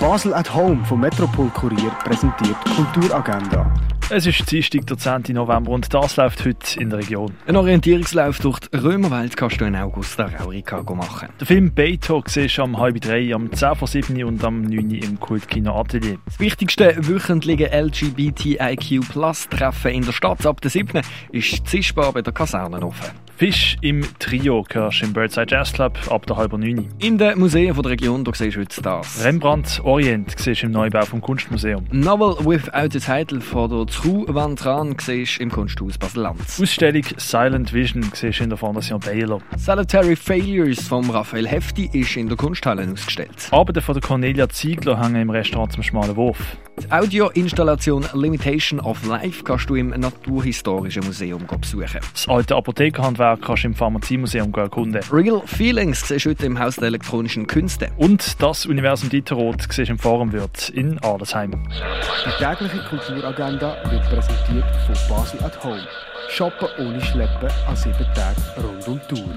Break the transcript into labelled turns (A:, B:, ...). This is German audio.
A: Basel at Home vom Metropol Kurier präsentiert Kulturagenda.
B: Es ist Dienstag, der 10. November und das läuft heute in der Region.
C: Ein Orientierungslauf durch die Römerwelt kannst du in Augusta Raurica machen.
B: Der Film Beethoven siehst du am halb drei, am 10 vor 7 und am 9 im Kultkino Atelier.
C: Das wichtigste wöchentliche LGBTIQ-Plus-Treffen in der Stadt ab der 7. ist die Zischbar bei der Kaserne offen.
B: Fisch im Trio hörst du im Birdside Jazz Club ab der halben 9.
C: In den Museen von der Region da siehst du heute das.
B: Rembrandt Orient siehst du im Neubau vom Kunstmuseum.
C: Novel Without a Title von der Tru Van Tran siehst du im Kunsthaus Basel-Lanz.
B: Ausstellung Silent Vision siehst du in der Fondation Baylor.
C: Salutary Failures von Raphael Hefti ist in der Kunsthalle ausgestellt.
B: Arbeiten von der Cornelia Ziegler hängen im Restaurant zum Schmalen Wurf.
C: Die Audioinstallation Limitation of Life kannst du im Naturhistorischen Museum besuchen.
B: Das alte Apothekerhandwerk kannst du im Pharmaziemuseum erkunden.
C: Real Feelings siehst du heute im Haus der elektronischen Künste.
B: Und das Universum Dieterroth siehst du im Forum Würz in Adelsheim.
A: Die tägliche Kulturagenda wird präsentiert von Basel at Home. Shoppen ohne Schleppen an sieben Tagen rund um die Tour.